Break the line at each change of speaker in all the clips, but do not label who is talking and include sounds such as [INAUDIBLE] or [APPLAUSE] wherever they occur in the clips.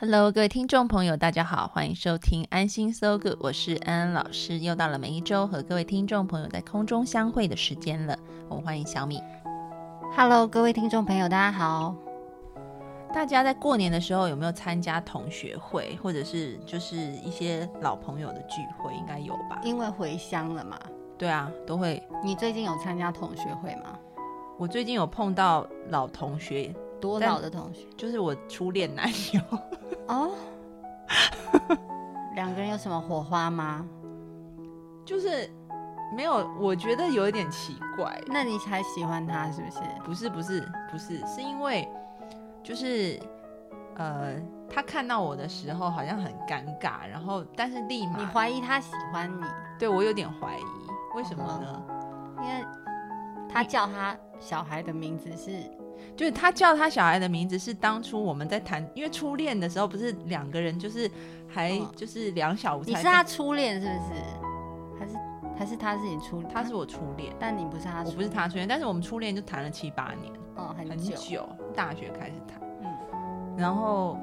Hello，各位听众朋友，大家好，欢迎收听《安心 So Good》，我是安安老师。又到了每一周和各位听众朋友在空中相会的时间了，我们欢迎小米。
Hello，各位听众朋友，大家好。
大家在过年的时候有没有参加同学会，或者是就是一些老朋友的聚会？应该有吧？
因为回乡了嘛，
对啊，都会。
你最近有参加同学会吗？
我最近有碰到老同学，
多老的同学？
就是我初恋男友。
哦，两个人有什么火花吗？
就是没有，我觉得有一点奇怪。
那你才喜欢他是不是？
不是不是不是，是因为就是呃，他看到我的时候好像很尴尬，然后但是立马
你怀疑他喜欢你，
对我有点怀疑，为什么
嗯
呢？
因为他叫他小孩的名字是
就是他叫他小孩的名字是当初我们在谈，因为初恋的时候不是两个人就是还
嗯
就是两小无猜，
你是他初恋是不是？还是还是他是你初？
他是我初恋，
但你不是他初，
我不是他初恋，但是我们初恋就谈了七八年，
哦，很
很
久，
久，大学开始谈，
嗯
然后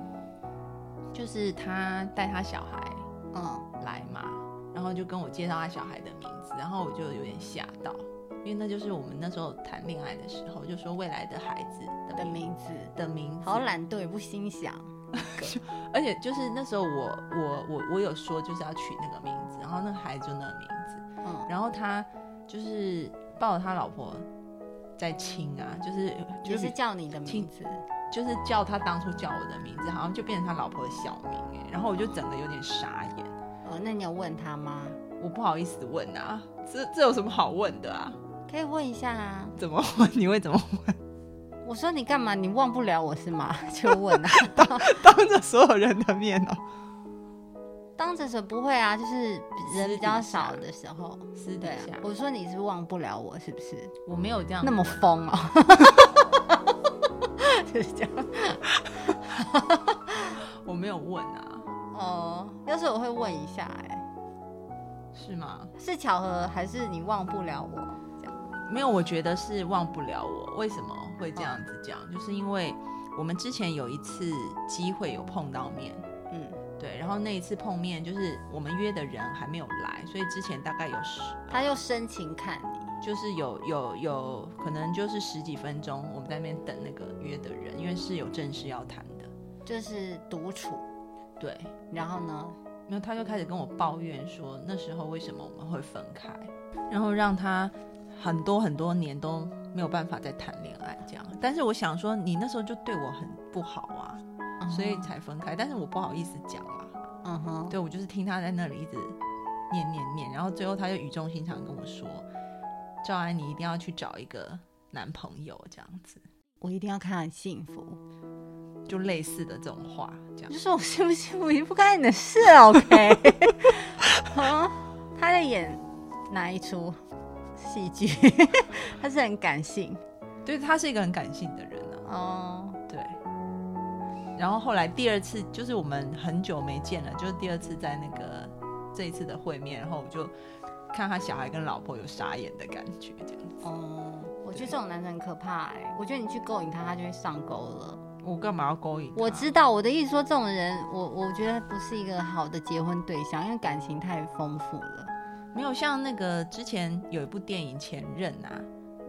就是他带他小孩
嗯，
来嘛，然后就跟我介绍他小孩的名字，然后我就有点吓到，因为那就是我们那时候谈恋爱的时候，就说未来的孩子
的
的名
名字
的名字，
好懒惰，也不心想，
而且就是那时候我我我我有说就是要取那个名字，然后那个孩子就那个名字，
嗯，
然后他就是抱着他老婆在亲啊，就是
也
就是是
叫你的名字，
就是叫他当初叫我的名字，好像就变成他老婆的小名哎、然后我就整个有点傻眼，
哦，那你有问他吗？
我不好意思问啊，这这有什么好问的啊？
可以问一下啊。
怎么问？你会怎么问？
我说你干嘛？你忘不了我是吗？ [LAUGHS] 就问啊，
当着所有人的面哦、
当着时不会啊，就是人比较少
私底
的时候，
私底
对啊
下。
我说你是忘不了我是不是？
我没有这样
那么
问
疯哦， [LAUGHS] 就是这样。
我没有问啊，
哦，要是我会问一下、哎，
是吗？
是巧合还是你忘不了我？
没有，我觉得是忘不了我。为什么会这样子讲？就是因为我们之前有一次机会有碰到面，
嗯，
对，然后那一次碰面就是我们约的人还没有来，所以之前大概有十，
他又深情看你，
就是有有有可能就是十几分钟我们在那边等那个约的人，因为是有正事要谈的，
就是独处，
对。
然后呢，
然后他就开始跟我抱怨说，那时候为什么我们会分开，然后让他很多很多年都没有办法再谈恋爱这样。但是我想说，你那时候就对我很不好啊，
嗯哼
所以，才分开。但是我不好意思讲啊，
嗯哼，
对我就是听他在那里一直念念念，然后最后他就语重心长地跟我说，赵安你一定要去找一个男朋友这样子，
我一定要看很幸福。
就类似的这种话这样
就。是我是不是我也不干你的事啊，OK？啊，他在演哪一出戏剧？ [LAUGHS] 他是很感性
对他是一个很感性的人啊。
哦。
对。然后后来第二次就是我们很久没见了，就是第二次在那个这一次的会面，然后我就看他小孩跟老婆有傻眼的感觉，这样子。
哦，我觉得这种男人很可怕哎、我觉得你去勾引他，他就会上钩了。
我干嘛要勾引他？
我知道我的意思说，这种人，我我觉得不是一个好的结婚对象，因为感情太丰富了。
没有像那个之前有一部电影《前任》啊，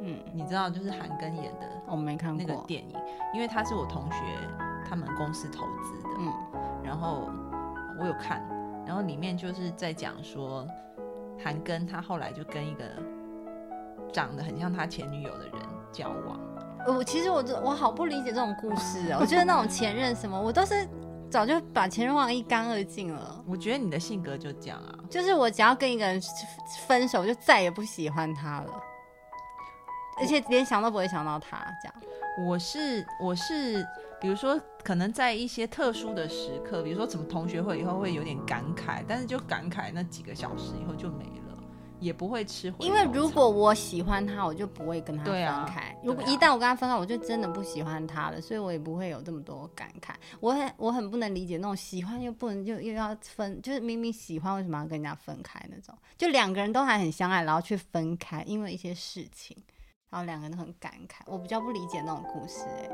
嗯，
你知道就是韩庚演的
我没看
那
过。
个电影，因为他是我同学他们公司投资的，
嗯
然后我有看，然后里面就是在讲说，韩庚他后来就跟一个长得很像他前女友的人交往，
呃我其实我这我好不理解这种故事哦，我觉得那种前任什么，我都是早就把前任忘得一干二净了。
我觉得你的性格就这样啊，
就是我只要跟一个人分手，就再也不喜欢他了。而且连想都不会想到他这样。
我是我是，比如说可能在一些特殊的时刻，比如说怎么同学会以后会有点感慨，但是就感慨那几个小时以后就没了，也不会吃回头草。
因为如果我喜欢他，我就不会跟他
对
分
啊
开。
对
如果
啊
一旦我跟他分开，我就真的不喜欢他了，所以我也不会有这么多感慨。我很我很不能理解那种喜欢又不能又又要分，就是明明喜欢为什么要跟人家分开那种？就两个人都还很相爱，然后去分开，因为一些事情，然后两个人都很感慨。我比较不理解那种故事、欸，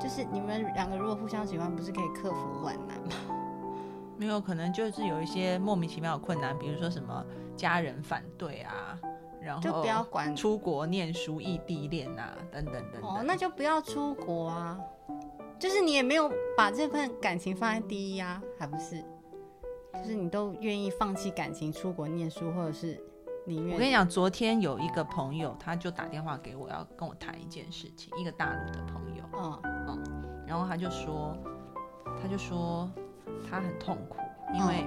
就是你们两个如果互相喜欢，不是可以克服万难吗？
没有，可能就是有一些莫名其妙的困难，比如说什么家人反对啊，然后
就不要管
出国念书、异地恋啊，等等等等。
哦，那就不要出国啊！就是你也没有把这份感情放在第一啊，还不是？就是你都愿意放弃感情出国念书，或者是宁愿……
我跟你讲，昨天有一个朋友，他就打电话给我，要跟我谈一件事情，一个大陆的朋友，
嗯，
然后他就说，他就说他很痛苦，因为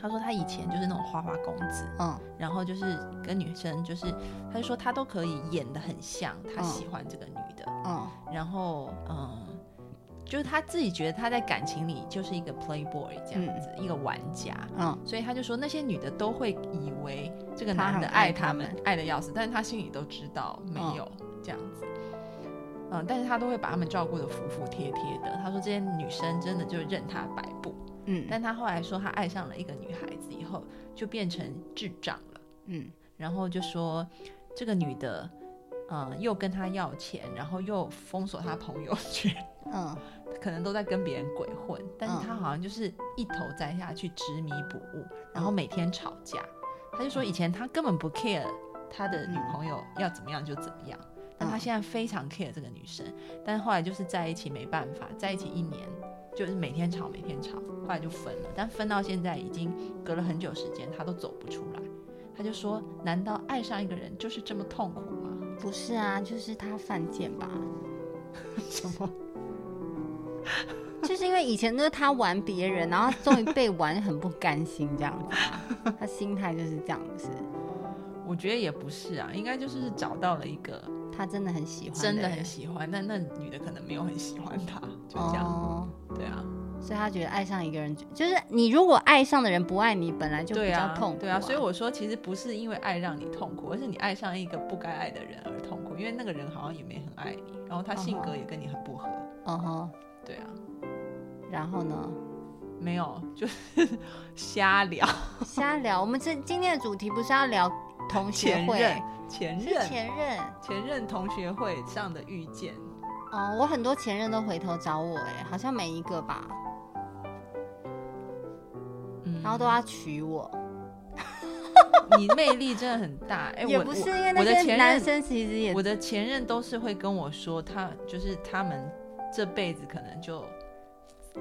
他说他以前就是那种花花公子，
嗯
然后就是跟女生，就是他就说他都可以演的很像，他喜欢这个女的，
嗯
然后嗯，就是他自己觉得他在感情里就是一个 playboy 这样子，一个玩家，
嗯，
所以他就说那些女的都会以为这个
他
男
很
的
爱
爱
他
他们
们，
爱的要死，但是他心里都知道没
嗯
有、这样子。嗯，但是他都会把他们照顾的服服帖帖的。他说这些女生真的就任他摆布，
嗯
但他后来说他爱上了一个女孩子以后，就变成智障了。
嗯
然后就说这个女的，呃，又跟他要钱，然后又封锁他朋友圈，
嗯
可能都在跟别人鬼混，但是
嗯
他好像就是一头栽下去，执迷不悟，然后每天吵架。他就说以前他根本不 care 他的女朋友要怎么样就怎么样，但他现在非常 care 这个女生，但是后来就是在一起没办法，在一起一年。就是每天吵，每天吵，后来就分了。但分到现在已经隔了很久时间，他都走不出来。他就说：“难道爱上一个人就是这么痛苦吗？
不是啊，就是他犯贱吧？ [LAUGHS]
什么？
就是因为以前都是他玩别人，然后终于被玩，很不甘心这样子、啊，他心态就是这样子。
我觉得也不是啊，应该就是找到了一个
他真的很喜欢，
真的很喜欢，但那女的可能没有很喜欢他，就这样。
哦
对啊，
所以他觉得爱上一个人，就是你如果爱上的人不爱你，本来就比
对
较
啊
痛苦、，
对啊。所以我说，其实不是因为爱让你痛苦，而是你爱上一个不该爱的人而痛苦，因为那个人好像也没很爱你，
哦
然后他性格也跟你很不合。
嗯哼，
对啊，
然后呢，
没有，就是 [LAUGHS] 瞎聊。
瞎聊。我们这今天的主题不是要聊同学
前
会，
任，前
是
任，
前任
前任同学会上的遇见，
哦。我很多前任都回头找我，哎，好像每一个吧，
嗯
然后都要娶我，
你魅力真的很大。哎、
也
我
不
我
是因为那
我的
些
前
男
任，
生其实也
我的前任都是会跟我说，他就是他们这辈子可能就，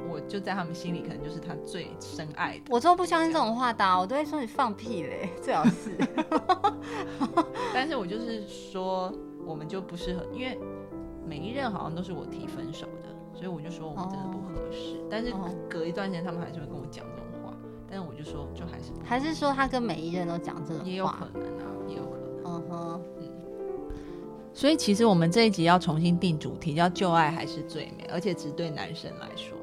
我就在他们心里可能就是他最深爱的，
我都不相信这种话的啊、我都会说你放屁嘞，最好
[LAUGHS]
是。
但是我就是说我们就不适合，因为每一任好像都是我提分手的，所以我就说我们真的不合适。但是
哦
隔一段时间他们还是会跟我讲这种话，但是我就说就还是不
还是说他跟每一任都讲这种话？
也有可能啊，也有可能。
嗯哼，
所以其实我们这一集要重新定主题，叫“旧爱还是最美”，而且只对男生来说，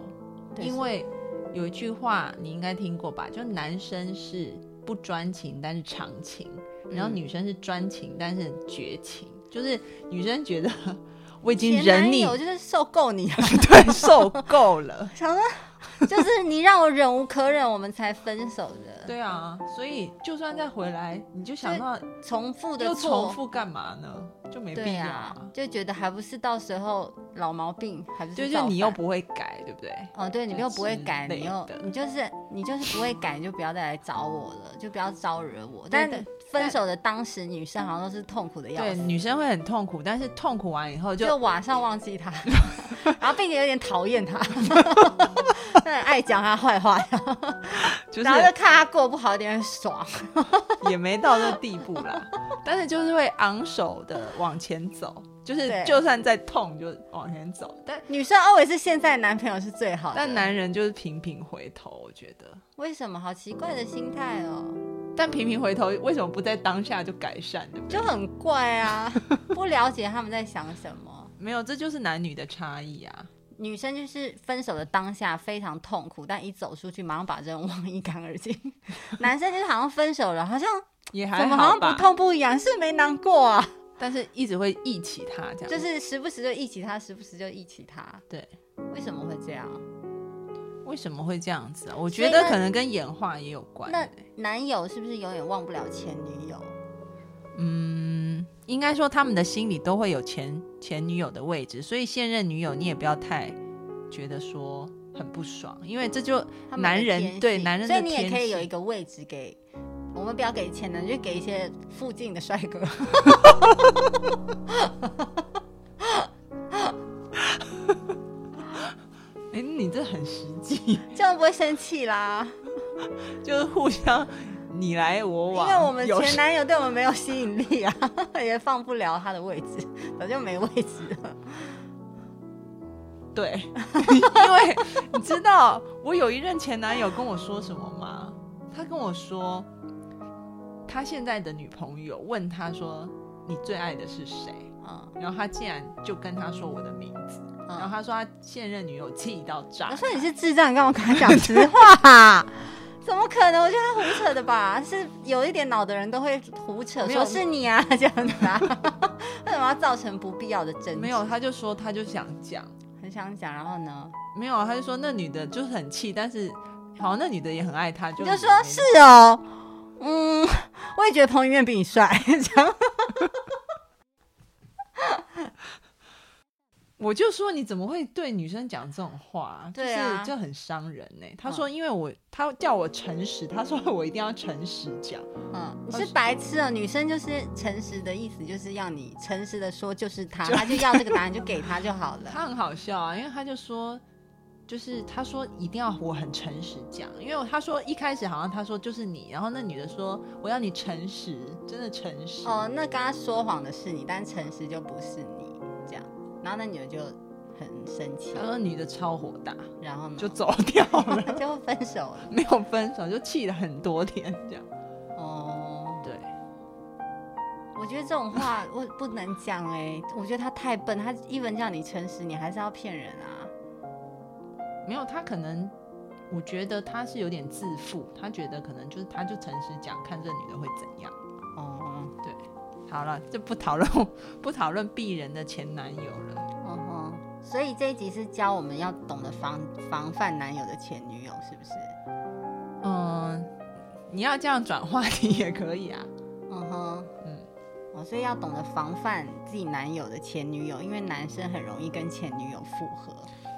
对
因为有一句话你应该听过吧，就男生是不专情但是长情，然后
嗯
女生是专情但是绝情，就是女生觉得我已经
前
忍
男
你
友就是受够你了。，
[LAUGHS] 对受够
[LAUGHS]
了
想说，就是你让我忍无可忍，我们才分手的。，
对啊，所以就算再回来，你就想到
重复的
又
错
重，复干嘛呢？就没必
对
要
啊，就觉得还不是到时候老毛病，还不是
就
造
就
反
你又不会改，对不对？
哦，对你又不会改，
之类
你又
的
你就是你就是不会改，你就不要再来找我了，就不要招惹我。但
对
分手的当时，女生好像都是痛苦的要
对，
死，
女生会很痛苦，但是痛苦完以后就
就马上忘记
[LAUGHS]
他，然后并且有点讨厌 [LAUGHS] 他，很爱讲他坏话，
就
然后就是看他过不好，有点很爽。
也没到这地步
[LAUGHS]
啦，但是就是会昂首的往前走，就是
对
就算再痛就往前走，但
女生 always 现在男朋友是最好的，
但男人就是频频回头，我觉得
为什么？好奇怪的心态哦。
但频频回头，为什么不在当下就改善？对不对？
就很怪啊， [LAUGHS] 不了解他们在想什么。
没有，这就是男女的差异啊。
女生就是分手的当下非常痛苦，但一走出去，马上把这人忘一干二净。 [LAUGHS] 男生就是好像分手了，好像
也还
怎么好像
吧
不，痛不痒，是没难过啊，
但是一直会忆起他这样。
就是时不时就忆起他，时不时就忆起他。
对，
为什么会这样？
为什么会这样子啊？我
所以
觉得
那
可能跟演化也有关、
那
欸。
男友是不是永远忘不了前女友？
嗯，应该说他们的心里都会有前前女友的位置，所以现任女友你也不要太觉得说很不爽，因为这就
他们的
男
天
人
性
对男人的
所以
天
你
性，
也可以有一个位置给。我们不要给前男友，就给一些附近的帅
[LAUGHS]
哥。
哎、你这很实际， [LAUGHS]
这样不会生气啦，
就是互相你来我
因
往。
为我们
有
前
时
男友对我们没有吸引力啊， [LAUGHS] 也放不了他的位置，早就没位置了。
对， [LAUGHS] 因为你知道我有一任前男友跟我说什么吗？他跟我说，他现在的女朋友问他说：“你最爱的是谁？”
嗯，
然后他竟然就跟他说我的名字，然后
嗯
他说他现任女友气到炸
我，说哦你是智障，你干嘛跟他讲实话、 [LAUGHS] 啊？怎么可能？我觉得他胡扯的吧，是有一点脑的人都会胡扯，
没有
说是你啊这样子啊， [LAUGHS] 为什么要造成不必要的争执？
没有，，他就说他就想讲，
很想讲，然后呢？
没有，他就说那女的就是很气，但是好像那女的也很爱他，就
你就说是哦，嗯， [LAUGHS] 我也觉得彭于晏比你帅， [LAUGHS] 这样
我就说你怎么会对女生讲这种话？
对啊嗯
就是这很伤人呢、他说因为我他叫我诚实，他说我一定要诚实讲，
嗯，你是白痴啊！女生就是诚实的意思，就是要你诚实的说，就是他，他就要这个答案，就给他就好了。 [LAUGHS]
他很好笑啊，因为他就说。就是他说一定要我很诚实讲，因为他说一开始好像他说就是你，然后那女的说我要你诚实，真的诚实。
哦，那刚刚说谎的是你，但诚实就不是你，这样。然后那女的就很生气
他，说女的超火大，
然后呢
就走掉 [LAUGHS] 了，
[LAUGHS] 就分手了。
没有分手，就气了很多天这样。
哦，
对，
我觉得这种话我不能讲哎、我觉得他太笨，他一文叫你诚实，你还是要骗人啊。
没有他可能，我觉得他是有点自负，他觉得可能就是他就诚实讲，看这女的会怎样。
哦，
好了，就不讨论 [LAUGHS] 不讨论鄙人的前男友了。
哦吼，所以这一集是教我们要懂得防防范男友的前女友，是不是？
嗯，你要这样转话题也可以啊。
嗯哼，
嗯
哦，所以要懂得防范自己男友的前女友，因为男生很容易跟前女友复合。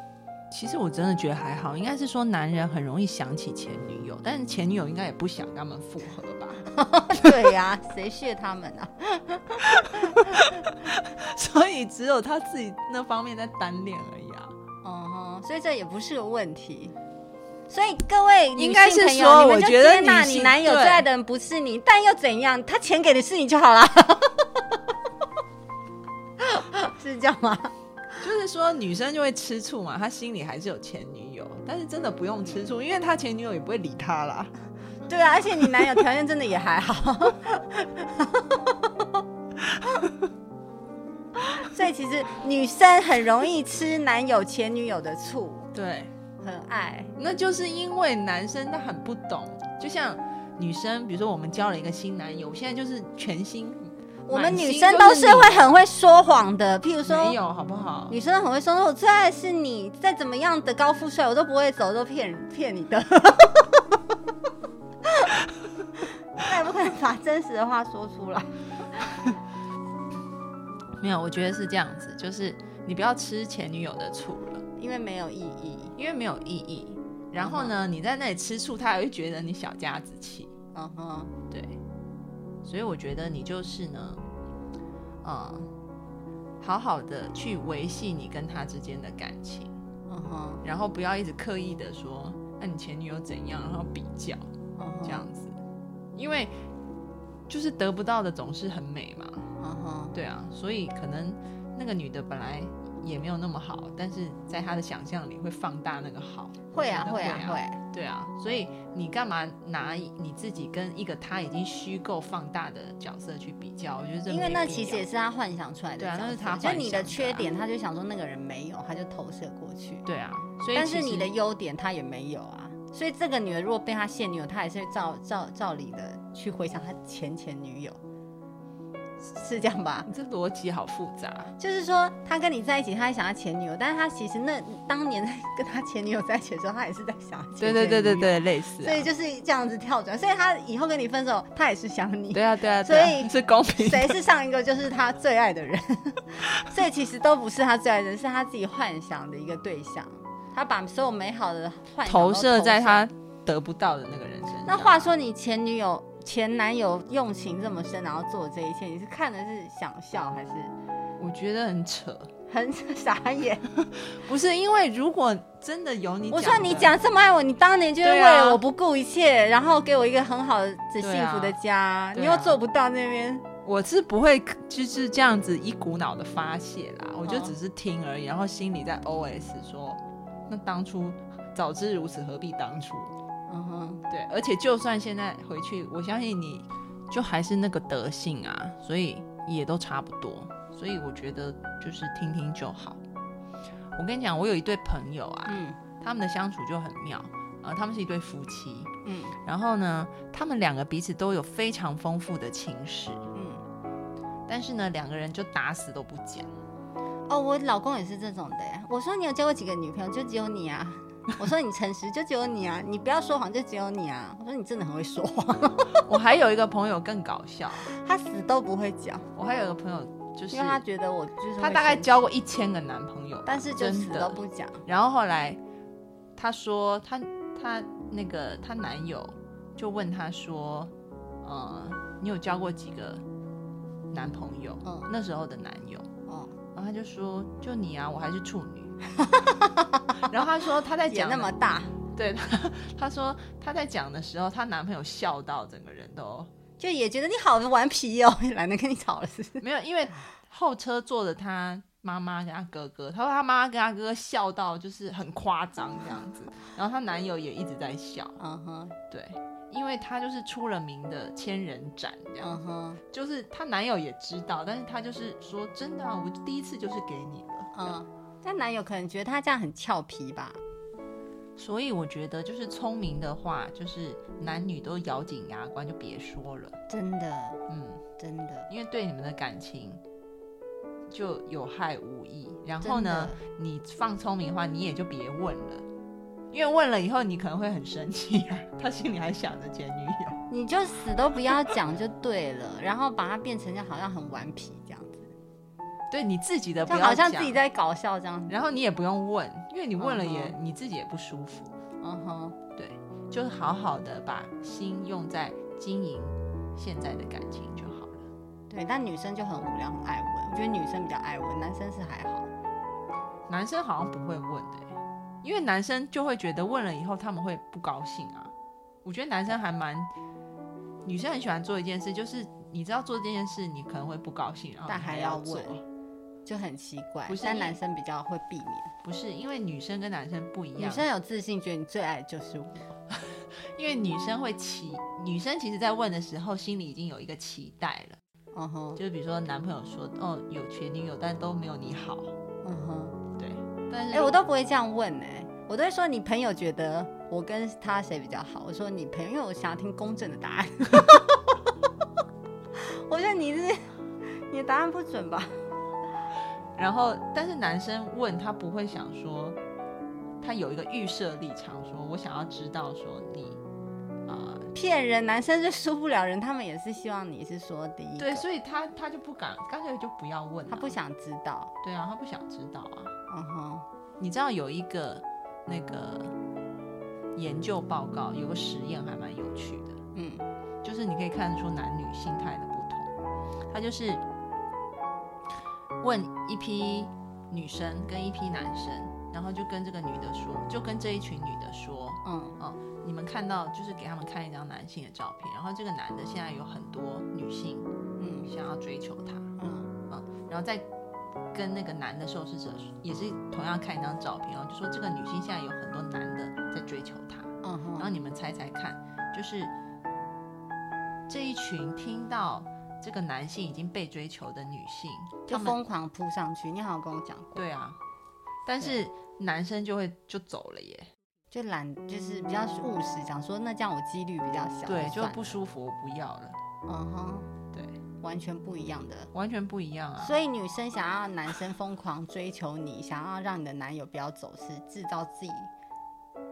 [LAUGHS] 其实我真的觉得还好，应该是说男人很容易想起前女友，但是前女友应该也不想跟他们复合吧。
对呀、 [LAUGHS] 谁屑他们啊？
[LAUGHS] 所以只有他自己那方面在单恋而已啊。
哦、所以这也不是个问题。所以各位女
应该
性
是
朋友
说
你们
我
就
觉得
接纳
女性
你男友
对
最爱的人不是你，但又怎样？他钱给的是你就好啦。 [LAUGHS] 是这样吗？
就是说，女生就会吃醋嘛，她心里还是有前女友，但是真的不用吃醋，因为她前女友也不会理她啦。
对啊，而且你男友条件真的也还
[LAUGHS]
好，所以其实女生很容易吃男友前女友的醋，
对，
很爱。
那就是因为男生他很不懂，就像女生，比如说我们交了一个新男友，现在就是全新，
我们
满心
女生都
就是
是
你
会很会说谎的，譬如
没
说，
有好不好？
女生很会说，我最爱的是你，再怎么样的高富帅我都不会走，我都骗骗你
[LAUGHS]
的。那也不可能把真实的话说出来。
没有，我觉得是这样子，就是你不要吃前女友的醋了，
因为没有意义，
因为没有意义。然后呢，你在那里吃醋，他还会觉得你小家子气。
嗯哼，
对，所以我觉得你就是呢，嗯，好好的去维系你跟他之间的感情，
嗯哼，
然后不要一直刻意的说，那、你前女友怎样，然后比较
嗯哼，
这样，子，因为就是得不到的总是很美嘛，
嗯哼，
对啊，所以可能那个女的本来也没有那么好，但是在她的想象里会放大那个好，我
会
觉
啊，
得
会
会
啊，会。
对啊，所以你干嘛拿你自己跟一个他已经虚构放大的角色去比较？我觉得这
因为那
没必
其实也
要
是他幻想出来的
对
角
啊
色，
那是他
就
幻
你
想
的
的
缺
啊
点，他就想说那个人没有，他就投射过去。
对啊，所以
但
其
是你
实
的优点他也没有啊，所以这个女的如果被他现女友，他也是照照照理的去回想他前前女友，是是这样吧？
你这逻辑好复杂。啊
就是说他跟你在一起，他还想他前女友，但是他其实那当年 [LAUGHS] 跟他前女友在一起的时候，他也是在想他前
对
前女
对
友
对对，对，类似、啊。
所以就是这样子跳转，所以他以后跟你分手，他也是想你。
对啊对啊，
所
对啊
以
是公平的。
[LAUGHS] 谁是上一个就是他最爱的人， [LAUGHS] 所以其实都不是他最爱的人，是他自己幻想的一个对象。他把所有美好的幻想都
投射在他得不到的那个人身上。
那话说，你前女友、前男友用情这么深，然后做这一切，你是看的是想笑还是
我觉得很扯，
很傻眼？
不是因为如果真的有 [LAUGHS] 你，
我说你，讲这么爱我，你当年就是为
对啊
了我不顾一切，然后给我一个很好的
对啊
幸福的家，你
对啊
又做不到那边。
我是不会就是这样子一股脑的发泄啦，我就
哦
只是听而已，然后心里在 OS 说，那当初早知如此何必当初？
嗯哼，
对，而且就算现在回去，我相信你就还是那个德性啊，所以也都差不多。所以我觉得就是听听就好。我跟你讲，我有一对朋友啊，
嗯
他们的相处就很妙啊、呃他们是一对夫妻，
嗯
然后呢，他们两个彼此都有非常丰富的情史，
嗯。
但是呢，两个人就打死都不讲。 [LAUGHS]
哦，我老公也是这种的耶。我说你有交过几个女朋友，就只有你啊。我说你诚实，就只有你啊。你不要说谎，就只有你啊。我说你真的很会说谎， [LAUGHS]
我还有一个朋友更搞笑，
他死都不会讲，
我还有一个朋友就是
因为他觉得我就是会
她大概
生气
交过一千个男朋友吧，
但是就
真
死
的
都不讲。
然后后来她说，她她那个她男友就问她说，呃，你有交过几个男朋友？
嗯
那时候的男友，
哦，
然后她就说，就你啊，我还是处
[LAUGHS]
女。然后她说她在
姐
讲
那么大，
对，她她说她在讲的时候，她男朋友笑到整个人都
就也觉得你好顽皮哦， [LAUGHS] 懒得跟你吵了，是不是？
没有，因为后车坐着她妈妈跟她哥哥，她说她妈妈跟她哥哥笑到就是很夸张这样子，然后她男友也一直在笑，
嗯哼，
对，因为她就是出了名的千人斩这样，
嗯哼，
就是她男友也知道，但是她就是说真的啊，我第一次就是给你了，嗯，
嗯。但男友可能觉得他这样很俏皮吧？
所以我觉得就是聪明的话，就是男女都咬紧牙关就别说了，
真的，
嗯，
真的。
因为对你们的感情就有害无益，然后呢，你放聪明的话，你也就别问了。因为问了以后，你可能会很生气啊。他心里还想着前女友，
真的，你就死都不要讲就对了，然后把它变成好像很顽皮这样子，
[LAUGHS] 对你自己的不
就
要
好像
讲
自己在搞笑这样子。
然后你也不用问，因为你问了也、
嗯
你自己也不舒服，
嗯哼，
对，就是好好的把心用在经营现在的感情就好了。
对。但女生就很无聊，很爱问。我觉得女生比较爱问，男生是还好。
男生好像不会问的欸、因为男生就会觉得问了以后他们会不高兴啊。我觉得男生还蛮，女生很喜欢做一件事，就是你知道做这件事你可能会不高兴，然后
但
你
还
要
要
做
问就很奇怪
不，是
但
因为
男生比较会避免。
不是因为女生跟男生不一样，
女生有自信，觉得你最爱的就是我。
因为女生会期，女生其实在问的时候心里已经有一个期待了。
嗯哼，
就是比如说男朋友说哦有前女友，但都没有你好，
嗯哼，
对。但是
哎、我都不会这样问哎、我都会说你朋友觉得我跟他谁比较好，我说你朋友，因为我想要听公正的答案。 [LAUGHS] 我觉得你是你的答案不准吧？
然后但是男生问他不会想说，他有一个预设立场说，我想要知道说你啊、呃
骗人，男生就输不了人，他们也是希望你是说第一个，
对，所以他他就不敢，干脆就不要问、啊。
他不想知道。
对啊，他不想知道啊。
嗯哼，
你知道有一个那个研究报告，有个实验还蛮有趣的，
嗯
就是你可以看出男女心态的不同。他就是问一批女生跟一批男生，然后就跟这个女的说，就跟这一群女的说，
嗯
哦你们看到就是给他们看一张男性的照片，然后这个男的现在有很多女性
嗯
想要追求他，哦
嗯
然后再跟那个男的受哦试者也是同样看一张照片，然后就说这个女性现在有很多男的在追求她。
嗯嗯
然
哼，
后你们猜猜看，就是这一群听到这个男性已经被追求的女性，
就
他们
疯狂扑上去。你好像跟我讲过，
对啊，但
对
是男生就会就走了耶，
就懒，就是比较务实，讲说那这样我几率比较小，
对，就
算
不
了
舒服，我不要了，
嗯哼，
对，
完全不一样的。
完全不一样啊。
所以女生想要男生疯狂追求你，想要让你的男友不要走，是制造自己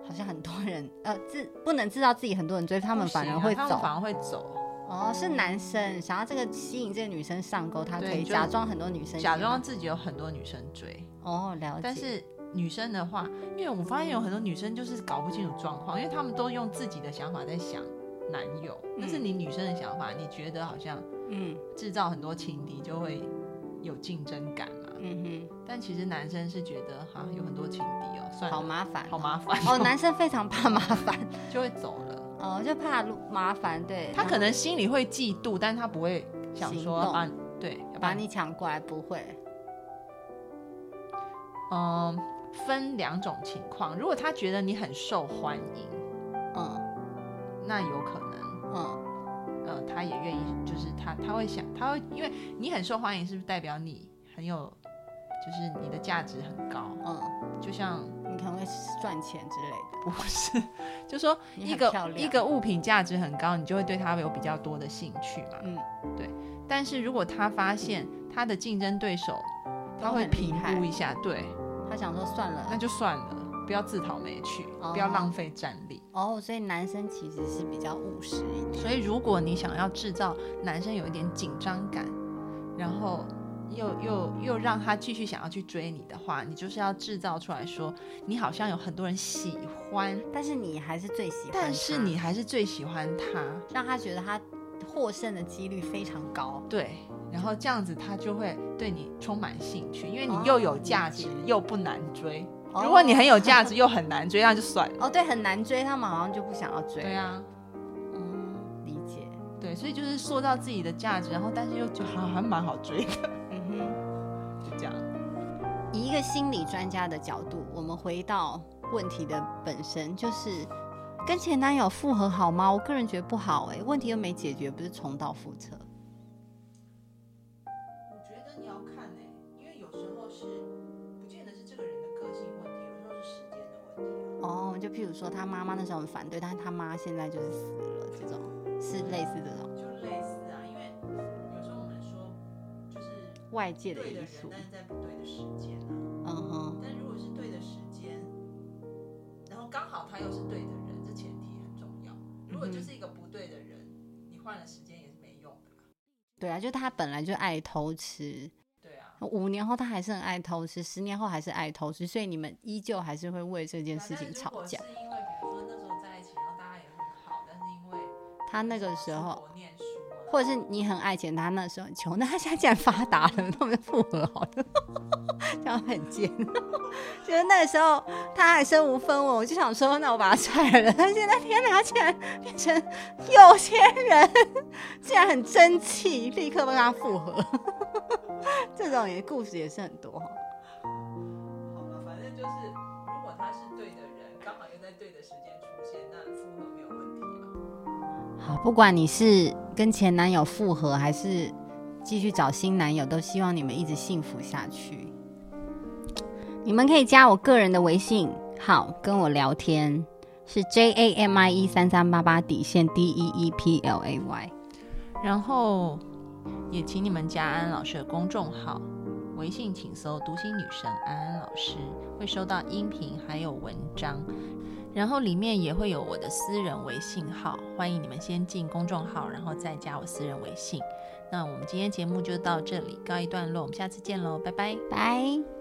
好像很多人呃制不能制造自己很多人追，他
他
们反而会
啊他
走
们。反而会走，
哦，是男生想要这个吸引这个女生上钩，他可
对
以
就
假装很多女生
假
喜欢
装自己有很多女生追，
哦了解，
但是女生的话，因为我发现有很多女生就是搞不清楚状况，因为她们都用自己的想法在想男友，那是你女生的想法，你觉得好像
嗯
制造很多情敌就会有竞争感嘛？
嗯
但其实男生是觉得哈、有很多情敌哦，
哼，
算了，
好麻烦，
好麻烦，
[LAUGHS] 哦，男生非常怕麻烦， [LAUGHS]
就会走了。
哦就怕麻烦，对
他可能心里会嫉妒，但他不会想说
行动
把你对要
把
把
你抢过来，不会。
嗯分两种情况，如果他觉得你很受欢迎，
嗯
那有可能
嗯，
呃，他也愿意，就是他他会想，他会因为你很受欢迎，是不是代表你很有，就是你的价值很高？
嗯，
就像
你可能会赚钱之类的。
不是， [LAUGHS] 就说
你
一
很漂
个
亮
一个物品价值很高，你就会对它有比较多的兴趣嘛。
嗯，
但是如果他发现他的竞争对手，他
都
会哎
很厉
评
害
估一下，对，
他想说算
那
了。
就算了，不要自讨没趣，不要
哦
浪费战力。
哦，所以男生其实是比较务实一点。
所以，如果你想要制造男生有一点紧张感，然后又又又让他继续想要去追你的话，你就是要制造出来说你好像有很多人喜欢，
但是你还是最喜欢他，
但是你还是最喜欢他，
让他觉得他获胜的几率非常高。
对。然后这样子他就会对你充满兴趣，因为你又有价值、
哦理解
又不难追。
哦
如果你很有价值又很难追，那就算了。
哦，对，很难追，他们好像就不想要追。
对啊，
嗯，理解。
对，所以就是塑造自己的价值，然后但是又就好还蛮好追的，
嗯哼。
[LAUGHS] 就这样。
以一个心理专家的角度，我们回到问题的本身，就是跟前男友复合好吗？我个人觉得不好哎、问题又没解决，不是重蹈覆辙。
我觉得你要看呢、因为有时候是不见得是这个人的个性问题，有时候是时间的问题、啊
哦，就譬如说他妈妈那时候很反对，但他妈现在就是死了，这种是类似这种
啊，就类似啊，因为有时候我们说就是
外界
对
的
的
因
人，
素。
但是在不对的时间啊。
嗯哼，
但如果是对的时间，然后刚好他又是对的人，这前提很重要。如果就是一个不对的人，你换了时间也是没用的啦。
对啊，就他本来就爱偷吃，
对啊，
五年后他还是很爱偷吃，十年后还是爱偷吃，所以你们依旧还是会为这件事情吵架
但。是如果是因为比如说那时候在一起，然后大家也很好，但是因为
他那个时候
出国念书啊
或者是你很爱钱，他那时候很穷，那他现在竟然发达了，那我们就复合好了， [LAUGHS] 这样很贱。 [LAUGHS] 就是那个时候他还身无分文，我就想说，那我把他踹了。但现在天哪，他竟然变成有钱人，竟然很争气，立刻跟他复合。 [LAUGHS] 这种也故事也是很多哦。
好了，反正就是，如果他是对的人，刚好又在对的时间出现，那复合没有问题啊。
好，不管你是跟前男友复合，还是继续找新男友，都希望你们一直幸福下去。你们可以加我个人的微信号跟我聊天，是 J A M I 一三三八八底线 D E E P L A Y。
然后也请你们加安老师的公众号，微信请搜“读心女神安安老师”，会收到音频还有文章。然后里面也会有我的私人微信号，欢迎你们先进公众号，然后再加我私人微信。那我们今天节目就到这里告一段落，我们下次见喽，拜拜。
拜。